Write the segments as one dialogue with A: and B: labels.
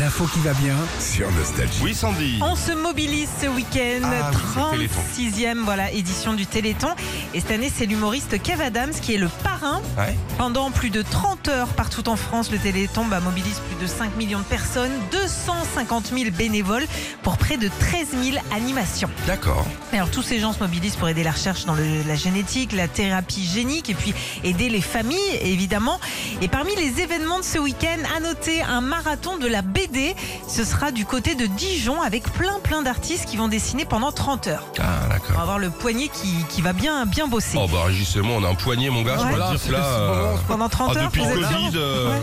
A: L'info qui va bien.
B: sur Nostalgie.
C: Oui, Sandy.
D: On se mobilise ce week-end,
C: Ah oui, c'est le Téléthon.
D: 36e voilà, édition du Téléthon. Et cette année, c'est l'humoriste Kev Adams qui est le parrain.
C: Ouais.
D: Pendant plus de 30 heures partout en France, le Téléthon bah, mobilise plus de 5 millions de personnes, 250 000 bénévoles pour près de 13 000 animations.
C: D'accord.
D: Et Alors tous ces gens se mobilisent pour aider la recherche dans le- la génétique, la thérapie génique et puis aider les familles évidemment. Et parmi les événements de ce week-end, à noter un marathon de la BD. Ce sera du côté de Dijon avec plein plein d'artistes qui vont dessiner pendant 30 heures.
C: Ah,
D: On va
C: d'accord.
D: avoir le poignet qui, qui va bien bien bosser.
C: Oh, bah, Régis et moi, on a un poignet, mon gars.
D: Ouais.
C: Je peux te
B: Voilà,
C: dire
B: c'est
C: que là.
B: le
C: euh,
B: moment.
D: Pendant 30
C: Ah,
D: heures,
C: depuis
D: vous
C: le
D: êtes
C: Covid.
D: bien
C: euh,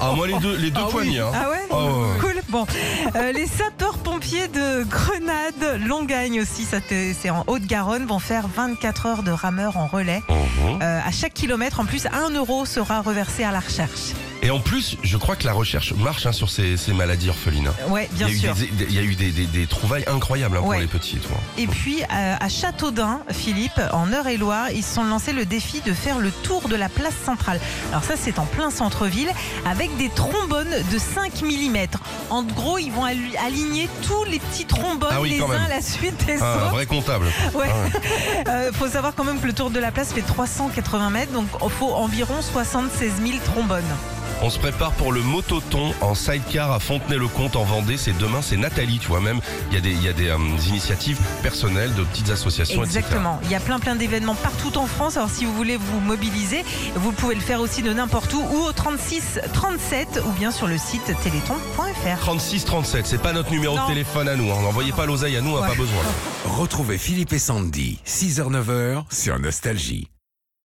C: Ah, moi, les deux, les deux poignets. hein.
D: Ah ouais
C: Ah ouais.
D: Cool. Bon, Euh, les sapeurs-pompiers de Grenade, Longagne aussi, ça t'est- c'est en Haute-Garonne, vont faire 24 heures de rameurs en relais.
C: Mhm.
D: Euh, à chaque kilomètre, en plus, un euro sera reversé à la recherche.
C: Et en plus, je crois que la recherche marche hein, sur ces, ces maladies orphelines. hein.
D: Ouais, bien
C: il, y a eu
D: sûr.
C: des- des- il y a eu des, des- des trouvailles incroyables hein, pour
D: Ouais.
C: les petits et tout. hein.
D: Et puis, euh, à Châteaudun, Philippe, en Eure-et-Loire, ils se sont lancés le défi de faire le tour de la place centrale. Alors ça, c'est en plein centre-ville, avec des trombones de 5 mm. En gros, ils vont alu- aligner tous les petits trombones
C: Ah oui,
D: les
C: quand même.
D: uns à la suite des
C: Ah, un
D: autres.
C: vrai comptable. Ah
D: Ouais.
C: ouais.
D: Euh, faut savoir quand même que le tour de la place fait 380 mètres, donc il faut environ 76 000 trombones.
C: On se prépare pour le mototon en sidecar à Fontenay-le-Comte en Vendée. C'est demain, c'est Nathalie, tu vois. Même, il y a des, il y a des euh, initiatives personnelles de petites associations, etc.
D: Exactement. Il y a plein plein d'événements partout en France. Alors si vous voulez vous mobiliser, vous pouvez le faire aussi de n'importe où ou au 36 37 ou bien sur le site téléthon.fr.
C: 36-37, c'est pas notre numéro de
D: Non.
C: téléphone à nous. hein. N'envoyez pas l'oseille à nous, on n'a
D: Ouais.
C: pas besoin.
B: Retrouvez Philippe et Sandy, 6h-9h sur Nostalgie.